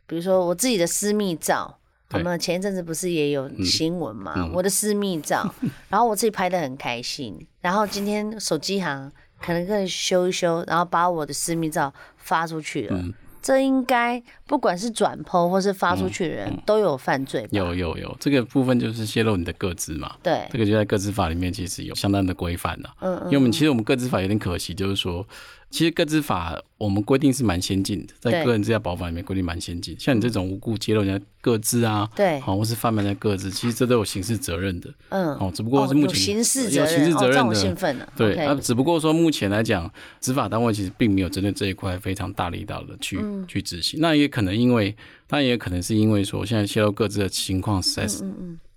[SPEAKER 1] 比如说我自己的私密照，我
[SPEAKER 2] 对嗯
[SPEAKER 1] 们前一阵子不是也有新闻嘛？我的私密照， 然后我自己拍的很开心，然后今天手机行可能可以修一修，然后把我的私密照发出去了。
[SPEAKER 2] 嗯
[SPEAKER 1] 这应该不管是转剖或是发出去的人、都有犯罪吧？
[SPEAKER 2] 嗯有有有，这个部分就是泄露你的个资嘛。
[SPEAKER 1] 对
[SPEAKER 2] 这个就在个资法里面其实有相当的规范呐。
[SPEAKER 1] 嗯
[SPEAKER 2] 因为我们其实我们个资法有点可惜，就是说，其实个资法我们规定是蛮先进的，在
[SPEAKER 1] 对
[SPEAKER 2] 个人资料保护法里面规定蛮先进。像你这种无故揭露人家个资啊，
[SPEAKER 1] 对
[SPEAKER 2] 好、或是贩卖人家个资，其实这都有刑事责任的。
[SPEAKER 1] 嗯，
[SPEAKER 2] 哦，只不过是目
[SPEAKER 1] 有
[SPEAKER 2] 前、
[SPEAKER 1] 刑事责
[SPEAKER 2] 有
[SPEAKER 1] 任，
[SPEAKER 2] 刑事责
[SPEAKER 1] 哦，这
[SPEAKER 2] 任
[SPEAKER 1] 样我
[SPEAKER 2] 的。
[SPEAKER 1] 兴奋了。
[SPEAKER 2] 对，
[SPEAKER 1] OK
[SPEAKER 2] 啊，只不过说目前来讲，执法单位其实并没有针对这一块非常大力道的去、
[SPEAKER 1] 嗯
[SPEAKER 2] 去执行。那也可能因为，当然也可能是因为说现在泄露各自的情况
[SPEAKER 1] 嗯
[SPEAKER 2] 实在是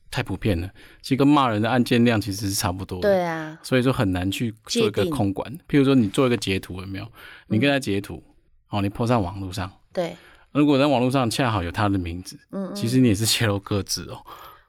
[SPEAKER 2] 太普遍了，其实跟骂人的案件量其实是差不多的。
[SPEAKER 1] 对啊，
[SPEAKER 2] 所以说很难去
[SPEAKER 1] 界
[SPEAKER 2] 做一个
[SPEAKER 1] 定嗯
[SPEAKER 2] 空管。譬如说你做一个截图有没有？你跟他截图，哦，你 po 上网络上，
[SPEAKER 1] 对，
[SPEAKER 2] 如果在网络上恰好有他的名字，
[SPEAKER 1] 嗯
[SPEAKER 2] 其实你也是泄露各自哦、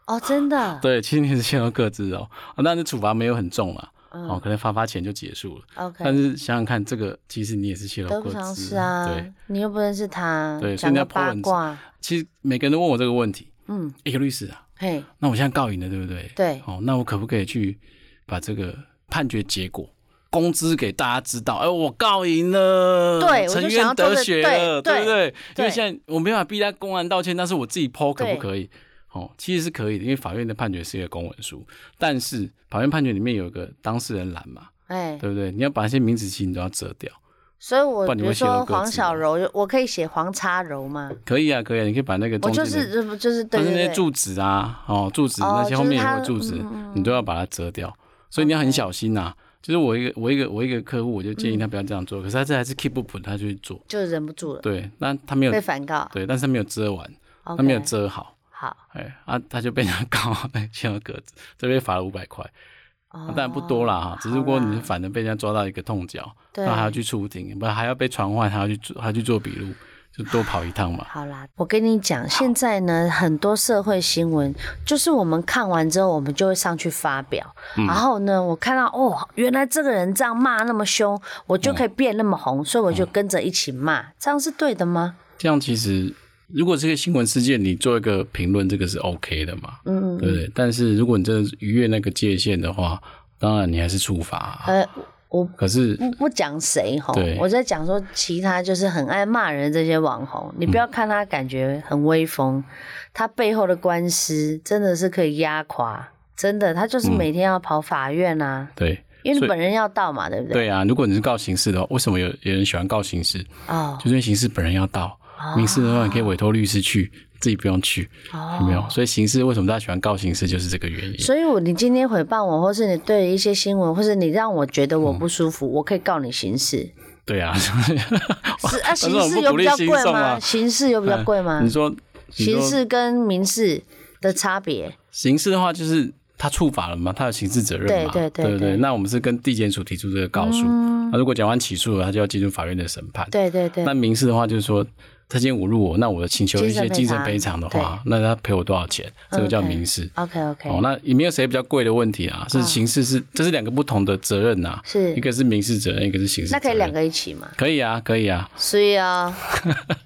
[SPEAKER 1] 哦，真的，
[SPEAKER 2] 对，其实你也是泄露各自哦、啊但是处罚没有很重啦，哦，
[SPEAKER 1] 嗯
[SPEAKER 2] 可能罚罚钱就结束了。但
[SPEAKER 1] ，OK，
[SPEAKER 2] 是想想看，这个其实你也是泄露
[SPEAKER 1] 得
[SPEAKER 2] 各
[SPEAKER 1] 不偿
[SPEAKER 2] 自，
[SPEAKER 1] 失啊
[SPEAKER 2] 对。，
[SPEAKER 1] 你又不认识他
[SPEAKER 2] 对，所
[SPEAKER 1] 讲
[SPEAKER 2] 以人家
[SPEAKER 1] 个八
[SPEAKER 2] po 文
[SPEAKER 1] 卦，
[SPEAKER 2] 其实每个人都问我这个问题，
[SPEAKER 1] 嗯，
[SPEAKER 2] 一个律师啊，
[SPEAKER 1] 嘿，
[SPEAKER 2] 那我现在告赢了，对不对？
[SPEAKER 1] 对
[SPEAKER 2] 哦，那我可不可以去把这个判决结果公知给大家知道？哎，我告赢了，
[SPEAKER 1] 对我就
[SPEAKER 2] 沉
[SPEAKER 1] 想要
[SPEAKER 2] 冤
[SPEAKER 1] 做
[SPEAKER 2] 得
[SPEAKER 1] 这
[SPEAKER 2] 雪了，
[SPEAKER 1] 对
[SPEAKER 2] 对不对？因
[SPEAKER 1] 对
[SPEAKER 2] 为现在我没办法逼他公然道歉，但是我自己剖可
[SPEAKER 1] 对
[SPEAKER 2] 不可以？哦，其实是可以的，因为法院的判决是一个公文书，但是法院判决里面有一个当事人栏嘛，
[SPEAKER 1] 哎，
[SPEAKER 2] 对不对？你要把那些名字其实你都要遮掉，
[SPEAKER 1] 所以我
[SPEAKER 2] 不然
[SPEAKER 1] 比
[SPEAKER 2] 你
[SPEAKER 1] 如
[SPEAKER 2] 会写到
[SPEAKER 1] 说
[SPEAKER 2] 各自
[SPEAKER 1] 黄小
[SPEAKER 2] 吗
[SPEAKER 1] 柔，我可以写黄叉柔吗？
[SPEAKER 2] 可以啊，可以啊，你可以把那个
[SPEAKER 1] 我
[SPEAKER 2] 中
[SPEAKER 1] 就
[SPEAKER 2] 间
[SPEAKER 1] 是
[SPEAKER 2] 的，
[SPEAKER 1] 就是就是对
[SPEAKER 2] 但是那
[SPEAKER 1] 对
[SPEAKER 2] 些
[SPEAKER 1] 对，
[SPEAKER 2] 住址啊，哦，住址那
[SPEAKER 1] 哦
[SPEAKER 2] 些
[SPEAKER 1] 就是
[SPEAKER 2] 后面有
[SPEAKER 1] 他
[SPEAKER 2] 个住址
[SPEAKER 1] 嗯嗯嗯，
[SPEAKER 2] 你都要把它遮掉，所以你要很小心呐。就是我一个我一个我一个客户，我就建议
[SPEAKER 1] 嗯
[SPEAKER 2] 他不要这样做，可是他这还是 keep 不住，他就去做。
[SPEAKER 1] 就忍不住了，
[SPEAKER 2] 对，那他没有
[SPEAKER 1] 被反告。
[SPEAKER 2] 对，但是他没有遮完，他
[SPEAKER 1] OK，
[SPEAKER 2] 没有遮好，
[SPEAKER 1] 好，
[SPEAKER 2] 哎啊，他就被人家 告签了格子，这被罚了五百块，
[SPEAKER 1] 哦
[SPEAKER 2] 当然不多啦哈，只是如果你反正被人家抓到一个痛脚，
[SPEAKER 1] 对
[SPEAKER 2] 那还要去出庭，不然还要被传唤，还要去做还要去做笔录，就多跑一趟嘛。
[SPEAKER 1] 好啦，我跟你讲，现在呢，很多社会新闻，就是我们看完之后，我们就会上去发表。
[SPEAKER 2] 嗯
[SPEAKER 1] 然后呢，我看到哦，原来这个人这样骂那么凶，我就可以变那么
[SPEAKER 2] 嗯
[SPEAKER 1] 红，所以我就跟着一起骂，这样是对的吗？
[SPEAKER 2] 这样其实，如果这个新闻事件你做一个评论，这个是 OK 的嘛，
[SPEAKER 1] 嗯，
[SPEAKER 2] 对不对？但是如果你真的逾越那个界限的话，当然你还是处罚啊、
[SPEAKER 1] 呃，嗯我
[SPEAKER 2] 可是，
[SPEAKER 1] 不不讲谁吼
[SPEAKER 2] 对，
[SPEAKER 1] 我在讲说其他就是很爱骂人的这些网
[SPEAKER 2] 嗯
[SPEAKER 1] 红，你不要看他感觉很威风，他背后的官司真的是可以压垮，真的，他
[SPEAKER 2] 嗯
[SPEAKER 1] 就是每天要跑法院啊，
[SPEAKER 2] 对
[SPEAKER 1] 因为
[SPEAKER 2] 所以
[SPEAKER 1] 本人要到嘛，对不对？
[SPEAKER 2] 对啊，如果你是告刑事的话，为什么有有人喜欢告刑事？
[SPEAKER 1] 哦
[SPEAKER 2] 就，是因为刑事本人要到，
[SPEAKER 1] 啊
[SPEAKER 2] 民事的话你可以委托律师去，自己不用去，有没有？所以刑事为什么大家喜欢告刑事，就是这个原因。
[SPEAKER 1] 哦啊所以我你今天诽谤我，或是你对一些新闻，或是你让我觉得我
[SPEAKER 2] 嗯
[SPEAKER 1] 不舒服，我可以告你刑 事。
[SPEAKER 2] 对啊，
[SPEAKER 1] 是啊，
[SPEAKER 2] 但是
[SPEAKER 1] 刑
[SPEAKER 2] 我们
[SPEAKER 1] 事
[SPEAKER 2] 不
[SPEAKER 1] 有
[SPEAKER 2] 鼓
[SPEAKER 1] 比
[SPEAKER 2] 励
[SPEAKER 1] 较
[SPEAKER 2] 新
[SPEAKER 1] 贵
[SPEAKER 2] 送
[SPEAKER 1] 吗？
[SPEAKER 2] 啊
[SPEAKER 1] 刑事有比较贵吗
[SPEAKER 2] 你？说你
[SPEAKER 1] 刑
[SPEAKER 2] 说
[SPEAKER 1] 事跟民事的差别，
[SPEAKER 2] 刑事的话，就是他触法了嘛，他有刑事责任嘛，
[SPEAKER 1] 对对对
[SPEAKER 2] 对不
[SPEAKER 1] 对嗯
[SPEAKER 2] 那我们是跟地检署提出这个告诉，那、如果检方起诉了，他就要进入法院的审判。
[SPEAKER 1] 对对对
[SPEAKER 2] 那，民事的话，就是说他今天侮辱我，那我请求一些
[SPEAKER 1] 精
[SPEAKER 2] 精
[SPEAKER 1] 神
[SPEAKER 2] 神
[SPEAKER 1] 赔
[SPEAKER 2] 赔
[SPEAKER 1] 偿
[SPEAKER 2] 偿的话，那他赔我多少钱？这个叫民事。
[SPEAKER 1] OK OK，嗯
[SPEAKER 2] 哦，那也没有谁比较贵的问题啊，是刑事是、这是两个不同的责任呐、
[SPEAKER 1] 是
[SPEAKER 2] 一个是民事责任，一个是刑事责
[SPEAKER 1] 那
[SPEAKER 2] 任。
[SPEAKER 1] 可以两个一起吗？
[SPEAKER 2] 可以啊，可以 啊，
[SPEAKER 1] 所以 啊，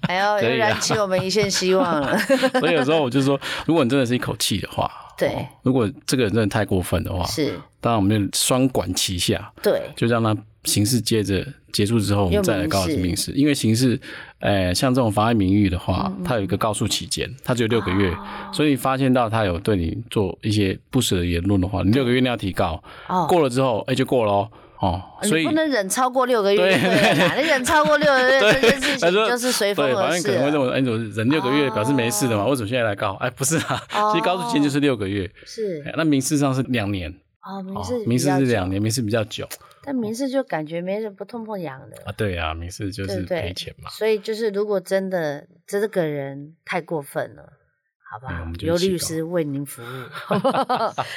[SPEAKER 1] 哎呦，
[SPEAKER 2] 以啊
[SPEAKER 1] 又燃起我们一线希望了。
[SPEAKER 2] 所以有时候我就说，如果你真的是一口气的话，
[SPEAKER 1] 对
[SPEAKER 2] 哦如果这个人真的太过分的话，
[SPEAKER 1] 是，
[SPEAKER 2] 当然我们就双管齐下，
[SPEAKER 1] 对，
[SPEAKER 2] 就让它刑事接着结束之后，我们再来告
[SPEAKER 1] 又
[SPEAKER 2] 诉
[SPEAKER 1] 民
[SPEAKER 2] 民事，因为刑事，呃，像这种妨碍名誉的话，
[SPEAKER 1] 嗯
[SPEAKER 2] 它有一个告诉期间，它只有六个月，
[SPEAKER 1] 哦
[SPEAKER 2] 所以你发现到他有对你做一些不实的言论的话，你六个月内要提告，
[SPEAKER 1] 哦
[SPEAKER 2] 过了之后，哎、就过了哦，哦，所
[SPEAKER 1] 你
[SPEAKER 2] 以
[SPEAKER 1] 不。能忍超过六个月就对了啦，你忍超过六个月这件事情
[SPEAKER 2] 他说
[SPEAKER 1] 就是随风
[SPEAKER 2] 对，法
[SPEAKER 1] 而
[SPEAKER 2] 院
[SPEAKER 1] 逝啊哦
[SPEAKER 2] 可能会认
[SPEAKER 1] 了。
[SPEAKER 2] 为，哎，你怎么忍六个月表示没事的嘛？为什么现在来告？哎，不是啊，
[SPEAKER 1] 哦
[SPEAKER 2] 其实告诉期间就是六个月，
[SPEAKER 1] 是
[SPEAKER 2] 哎那民事上是两年，
[SPEAKER 1] 哦，民
[SPEAKER 2] 哦
[SPEAKER 1] 事比
[SPEAKER 2] 民事
[SPEAKER 1] 较
[SPEAKER 2] 是
[SPEAKER 1] 久
[SPEAKER 2] 两，年，民事比较久
[SPEAKER 1] 但民事就感觉没人不痛不痒的，
[SPEAKER 2] 啊。对啊，民事就
[SPEAKER 1] 对
[SPEAKER 2] 是
[SPEAKER 1] 不
[SPEAKER 2] 赔
[SPEAKER 1] 对
[SPEAKER 2] 钱嘛？。
[SPEAKER 1] 所以就是，如果真的这个人太过分了。好不
[SPEAKER 2] 嗯
[SPEAKER 1] 好
[SPEAKER 2] 我们？就
[SPEAKER 1] 由
[SPEAKER 2] 一起
[SPEAKER 1] 律
[SPEAKER 2] 告
[SPEAKER 1] 师为您服务， 好不好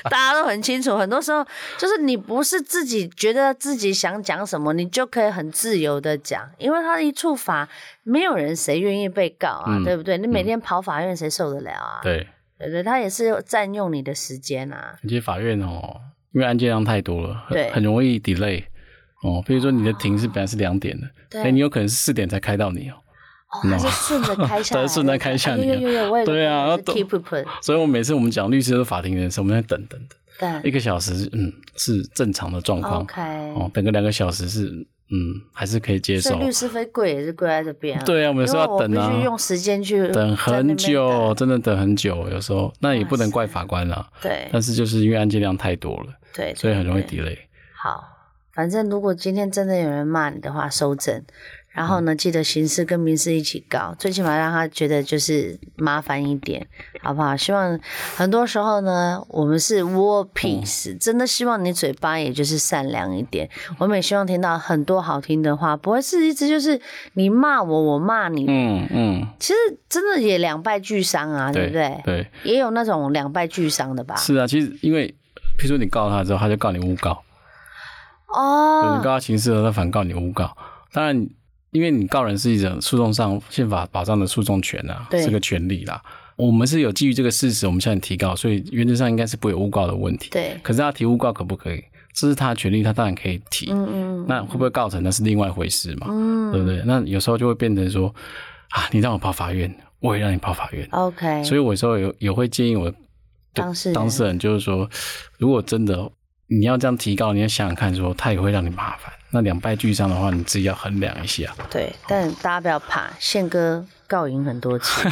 [SPEAKER 1] 大家都很清楚。很多时候就是你不是自己觉得自己想讲什么，你就可以很自由的讲，因为他一触法，没有人谁愿意被告啊，
[SPEAKER 2] 嗯
[SPEAKER 1] 对不对？你每天跑法院，谁受得了啊？
[SPEAKER 2] 对，
[SPEAKER 1] 对不对，他也是占用你的时间啊。
[SPEAKER 2] 而且法院哦，因为案件量太多了，
[SPEAKER 1] 对
[SPEAKER 2] 很很容易 delay 哦。比如说你的庭是本来是两点的，
[SPEAKER 1] 哦对
[SPEAKER 2] 哎，你有可能是四点才开到你哦。
[SPEAKER 1] 哦，他是顺着开下来 的，
[SPEAKER 2] 对顺着开下
[SPEAKER 1] 哎
[SPEAKER 2] 来
[SPEAKER 1] 有有有，我有个
[SPEAKER 2] 对啊
[SPEAKER 1] 朋友是
[SPEAKER 2] 那都
[SPEAKER 1] keep up，
[SPEAKER 2] 所以我每次我们讲律师和法庭人士，我们在等等等
[SPEAKER 1] 但
[SPEAKER 2] 一个小时，嗯，是正常的状况
[SPEAKER 1] OK，
[SPEAKER 2] 哦。等个两个小时是，嗯，还是可以接
[SPEAKER 1] 所
[SPEAKER 2] 受
[SPEAKER 1] 以。律师费贵也是贵在这边啊。
[SPEAKER 2] 对啊，
[SPEAKER 1] 因
[SPEAKER 2] 我
[SPEAKER 1] 为
[SPEAKER 2] 们有时候
[SPEAKER 1] 我
[SPEAKER 2] 要等
[SPEAKER 1] 必须
[SPEAKER 2] 啊
[SPEAKER 1] 用，时间去
[SPEAKER 2] 等
[SPEAKER 1] 在那
[SPEAKER 2] 很
[SPEAKER 1] 边
[SPEAKER 2] 久，真的等很久。有时候那也不能怪法官啦，
[SPEAKER 1] 等。对
[SPEAKER 2] 但是就是因为案件量太多了，
[SPEAKER 1] 对，
[SPEAKER 2] 所以很容易
[SPEAKER 1] 对
[SPEAKER 2] delay。
[SPEAKER 1] 好，反正如果今天真的有人骂你的话，收证。然
[SPEAKER 2] 嗯
[SPEAKER 1] 后呢，记得刑事跟民事一起告，最起码让他觉得就是麻烦一点，好不好？希望很多时候呢，我们是
[SPEAKER 2] 嗯
[SPEAKER 1] war peace，、真的希望你嘴巴也就是善良一点。我们也希望听到很多好听的话，不会是一直就是你骂我，我骂你，
[SPEAKER 2] 嗯嗯，
[SPEAKER 1] 其实真的也两败俱伤啊，对
[SPEAKER 2] 对
[SPEAKER 1] 不对？
[SPEAKER 2] 对，
[SPEAKER 1] 也有那种两败俱伤的吧？
[SPEAKER 2] 是啊。其实因为譬如说你告他之后，他就告你诬告。对你
[SPEAKER 1] 哦
[SPEAKER 2] 告，他刑事的，他反告你诬告。当然，因为你告人是一种诉讼上宪法保障的诉讼权啊，
[SPEAKER 1] 对
[SPEAKER 2] 是个权利啦。我们是有基于这个事实，我们向你提告，所以原则上应该是不会有诬告的问题。
[SPEAKER 1] 对，
[SPEAKER 2] 可是他提诬告可不可以？这是他的权利，他当然可以提。
[SPEAKER 1] 嗯嗯
[SPEAKER 2] 那会不会告成，那是另外一回事嘛，
[SPEAKER 1] 嗯
[SPEAKER 2] 对不对？那有时候就会变成说啊，你让我跑法院，我也让你跑法院。
[SPEAKER 1] ，OK，
[SPEAKER 2] 所以我有时候有也会建议我的
[SPEAKER 1] 当事人
[SPEAKER 2] 当事人，就是说，如果真的你要这样提告，你要想想看说他也会让你麻烦。那两败俱伤的话，你自己要衡量一下。
[SPEAKER 1] 对，但大家不要怕，宪哥告赢很多 次，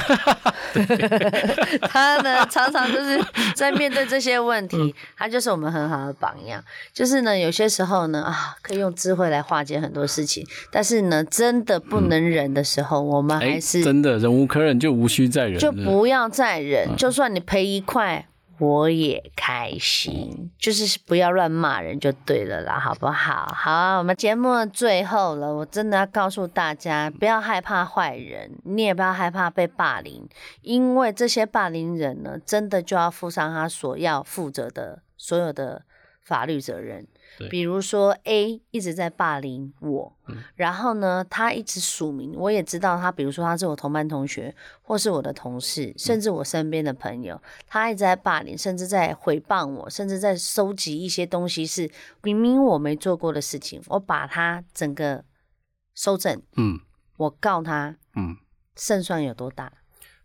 [SPEAKER 1] 他呢常常就是在面对这些问
[SPEAKER 2] 嗯
[SPEAKER 1] 题，他就是我们很好的榜样。就是呢，有些时候呢啊，可以用智慧来化解很多事情，但是呢，真的不能忍的时候，我们
[SPEAKER 2] 嗯哎，
[SPEAKER 1] 还是
[SPEAKER 2] 真的忍无可忍就无需再忍，
[SPEAKER 1] 就
[SPEAKER 2] 对
[SPEAKER 1] 不要再忍，就算你赔一块。我也开心，就是不要乱骂人就对了啦，好不好？好啊，我们节目的最后了，我真的要告诉大家，不要害怕坏人，你也不要害怕被霸凌，因为这些霸凌人呢，真的就要负上他所要负责的所有的法律责任
[SPEAKER 2] 对。
[SPEAKER 1] 比如说 A 一直在霸凌我，然后呢，他一直署名，我也知道他，比如说他是我同班同学，或是我的同事，
[SPEAKER 2] 嗯
[SPEAKER 1] 甚至我身边的朋友，他一直在霸凌，甚至在诽谤我，甚至在收集一些东西是明明我没做过的事情，我把他整个收整，
[SPEAKER 2] 嗯
[SPEAKER 1] 我告他，
[SPEAKER 2] 嗯。
[SPEAKER 1] 胜算有多大？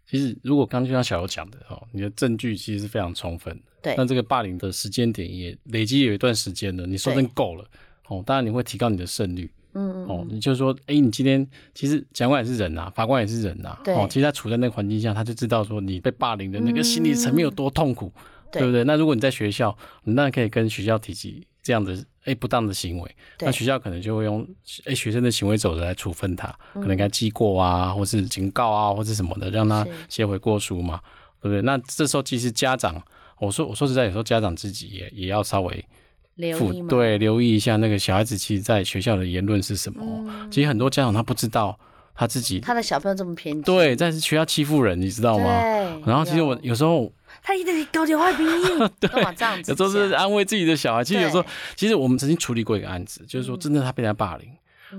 [SPEAKER 2] 其实，如果刚就像小柔讲的哦，你的证据其实是非常充分的。
[SPEAKER 1] 对嗯
[SPEAKER 2] 那这个霸凌的时间点也累积有一段时间了，你说真够了哦，当然你会提高你的胜率
[SPEAKER 1] 嗯，
[SPEAKER 2] 哦。你就说，哎，你今天其实检察官也是人呐、法官也是人呐、
[SPEAKER 1] 对
[SPEAKER 2] 哦，其实他处在那个环境下，他就知道说你被霸凌的那个心理层面有多痛苦，
[SPEAKER 1] 嗯对
[SPEAKER 2] 对不对？那如果你在学校，你当然可以跟学校提起这样的哎不当的行为，
[SPEAKER 1] 对
[SPEAKER 2] 那学校可能就会用哎学生的行为走着来处分他，可
[SPEAKER 1] 嗯
[SPEAKER 2] 能给他记过啊，或是警告啊，或是什么的，让他
[SPEAKER 1] 是
[SPEAKER 2] 写悔过书嘛，对不对？那这时候其实家长，我说我说实在，有时候家长自己也也要稍微
[SPEAKER 1] 留
[SPEAKER 2] 负
[SPEAKER 1] 意嘛，
[SPEAKER 2] 对留意一下那个小孩子其实在学校的言论是什么哦。
[SPEAKER 1] 嗯
[SPEAKER 2] 其实很多家长他不知道他自己
[SPEAKER 1] 他的小朋友这么偏激，
[SPEAKER 2] 对在学校欺负人，你知道
[SPEAKER 1] 对，
[SPEAKER 2] 吗？然后其实我
[SPEAKER 1] 有
[SPEAKER 2] 有时候
[SPEAKER 1] 他一直搞点坏鼻 音，干嘛这样子讲？
[SPEAKER 2] 有时候是安慰自己的小孩。其实有时候
[SPEAKER 1] 对，嗯
[SPEAKER 2] 其实我们曾经处理过一个案子，就是说真的他被人家霸凌，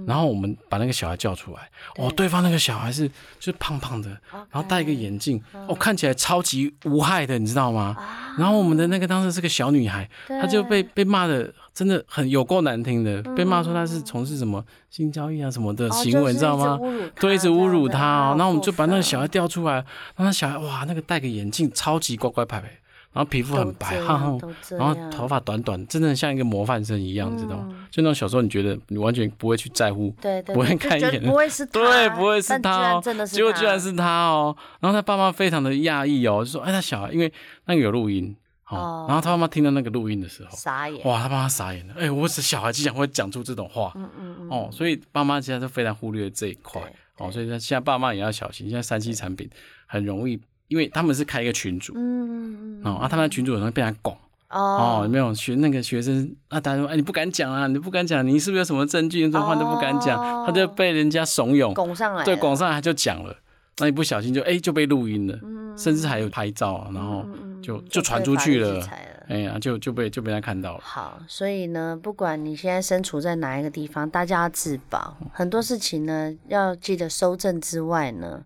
[SPEAKER 2] 然后我们把那个小孩叫出来，哦，对方那个小孩是就是胖胖的，然后戴一个眼镜，
[SPEAKER 1] 嗯
[SPEAKER 2] 哦，看起来超级无害的，你知道吗？
[SPEAKER 1] 啊
[SPEAKER 2] 然后我们的那个当时是个小女孩，
[SPEAKER 1] 嗯
[SPEAKER 2] 她就被被骂的真的很有够难听的，被骂说她是从事什么性交易啊什么的
[SPEAKER 1] 哦
[SPEAKER 2] 行
[SPEAKER 1] 就是
[SPEAKER 2] 为，你知道
[SPEAKER 1] 一直
[SPEAKER 2] 吗
[SPEAKER 1] 侮辱？
[SPEAKER 2] 对，一
[SPEAKER 1] 她
[SPEAKER 2] 直
[SPEAKER 1] 这
[SPEAKER 2] 侮
[SPEAKER 1] 样
[SPEAKER 2] 辱
[SPEAKER 1] 子
[SPEAKER 2] 她
[SPEAKER 1] 啊
[SPEAKER 2] 哦
[SPEAKER 1] 好，
[SPEAKER 2] 然后我们
[SPEAKER 1] 过
[SPEAKER 2] 就把那个
[SPEAKER 1] 分
[SPEAKER 2] 小孩调出来，然后那小孩哇，那个戴个眼镜，超级乖乖牌牌，然后皮肤很白，
[SPEAKER 1] 都这样
[SPEAKER 2] 憨憨
[SPEAKER 1] 都，这
[SPEAKER 2] 然后
[SPEAKER 1] 样
[SPEAKER 2] 头发短短，真的像一个模范生一样，你知道吗？就那种小时候你觉得你完全不会去在乎，
[SPEAKER 1] 嗯对对，
[SPEAKER 2] 不会
[SPEAKER 1] 对
[SPEAKER 2] 看一
[SPEAKER 1] 就觉得
[SPEAKER 2] 眼
[SPEAKER 1] 不会是他，
[SPEAKER 2] 对，不会是
[SPEAKER 1] 但居
[SPEAKER 2] 他
[SPEAKER 1] 然
[SPEAKER 2] 哦，
[SPEAKER 1] 真的是他，
[SPEAKER 2] 结果居然是他哦。然后他爸妈非常的讶异哦，就说：“哎，他小孩，因为那个有录音
[SPEAKER 1] 哦
[SPEAKER 2] 哦。然后他妈妈听到那个录音的时候，
[SPEAKER 1] 傻眼，
[SPEAKER 2] 哇，他爸妈傻眼了。哎，我是小孩竟然会讲出这种话
[SPEAKER 1] 嗯嗯嗯，
[SPEAKER 2] 哦，所以爸妈现在都非常忽略这一块
[SPEAKER 1] 对
[SPEAKER 2] 哦。所以现在爸妈也要小心，现在三 C 产品很容易，因为他们是开一个群组
[SPEAKER 1] 嗯嗯嗯
[SPEAKER 2] 哦，啊，他们的群组很容易被人家拱。哦，有
[SPEAKER 1] 哦，
[SPEAKER 2] 没有学那个学生啊？大家说，哎，你不敢讲啊，你不敢讲，你是不是有什么证据？这种话都不敢讲，
[SPEAKER 1] 哦
[SPEAKER 2] 他就被人家怂恿，
[SPEAKER 1] 拱上来，
[SPEAKER 2] 对，广，上他就讲了，那你不小心就哎、就被录音了，
[SPEAKER 1] 嗯
[SPEAKER 2] 甚至还有拍照啊，然后就
[SPEAKER 1] 嗯
[SPEAKER 2] 就
[SPEAKER 1] 被
[SPEAKER 2] 传
[SPEAKER 1] 法
[SPEAKER 2] 出
[SPEAKER 1] 律
[SPEAKER 2] 去
[SPEAKER 1] 制
[SPEAKER 2] 了
[SPEAKER 1] 裁，了
[SPEAKER 2] 哎呀，就就被就被他看到了，
[SPEAKER 1] 好，所以呢，不管你现在身处在哪一个地方，大家要自保。
[SPEAKER 2] 嗯
[SPEAKER 1] 很多事情呢，要记得收正之外呢，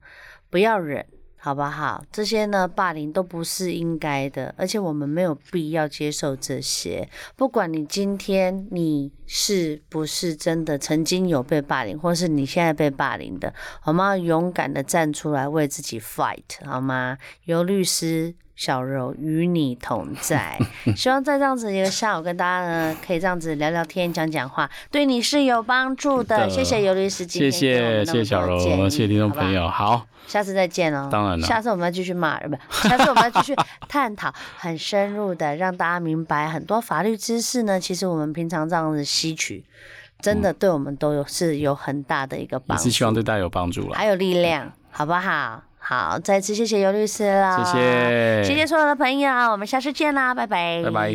[SPEAKER 1] 不要忍，好不好？这些呢，霸凌都不是应该的，而且我们没有必要接受这些。不管你今天你是不是真的曾经有被霸凌，或是你现在被霸凌的，我们要勇敢的站出来为自己 fight，好吗？由律师小柔与你同 在。希望在这样子一个下午，跟大家呢可以这样子聊聊天、讲讲话，对你是有帮助的。
[SPEAKER 2] 是
[SPEAKER 1] 谢
[SPEAKER 2] 的
[SPEAKER 1] 谢尤律师今天
[SPEAKER 2] 谢
[SPEAKER 1] 给我们那么多
[SPEAKER 2] 谢谢谢小柔，
[SPEAKER 1] 建议
[SPEAKER 2] 谢谢听众朋，
[SPEAKER 1] 好
[SPEAKER 2] 友，好，
[SPEAKER 1] 不好下次再见哦。
[SPEAKER 2] 当然了
[SPEAKER 1] 下次我们要继续骂，呃不， 下次我们要继续探讨很深入的，让大家明白很多法律知识呢。其实我们平常这样子吸取，真的对我们都有是有很大的一个
[SPEAKER 2] 也
[SPEAKER 1] 帮助
[SPEAKER 2] 是。希望对大家有帮助了
[SPEAKER 1] 还，有力量，好不好？好，再次谢谢尤律师啦，
[SPEAKER 2] 谢谢
[SPEAKER 1] 谢谢所有的朋友，我们下次见啦，拜拜，
[SPEAKER 2] 拜拜。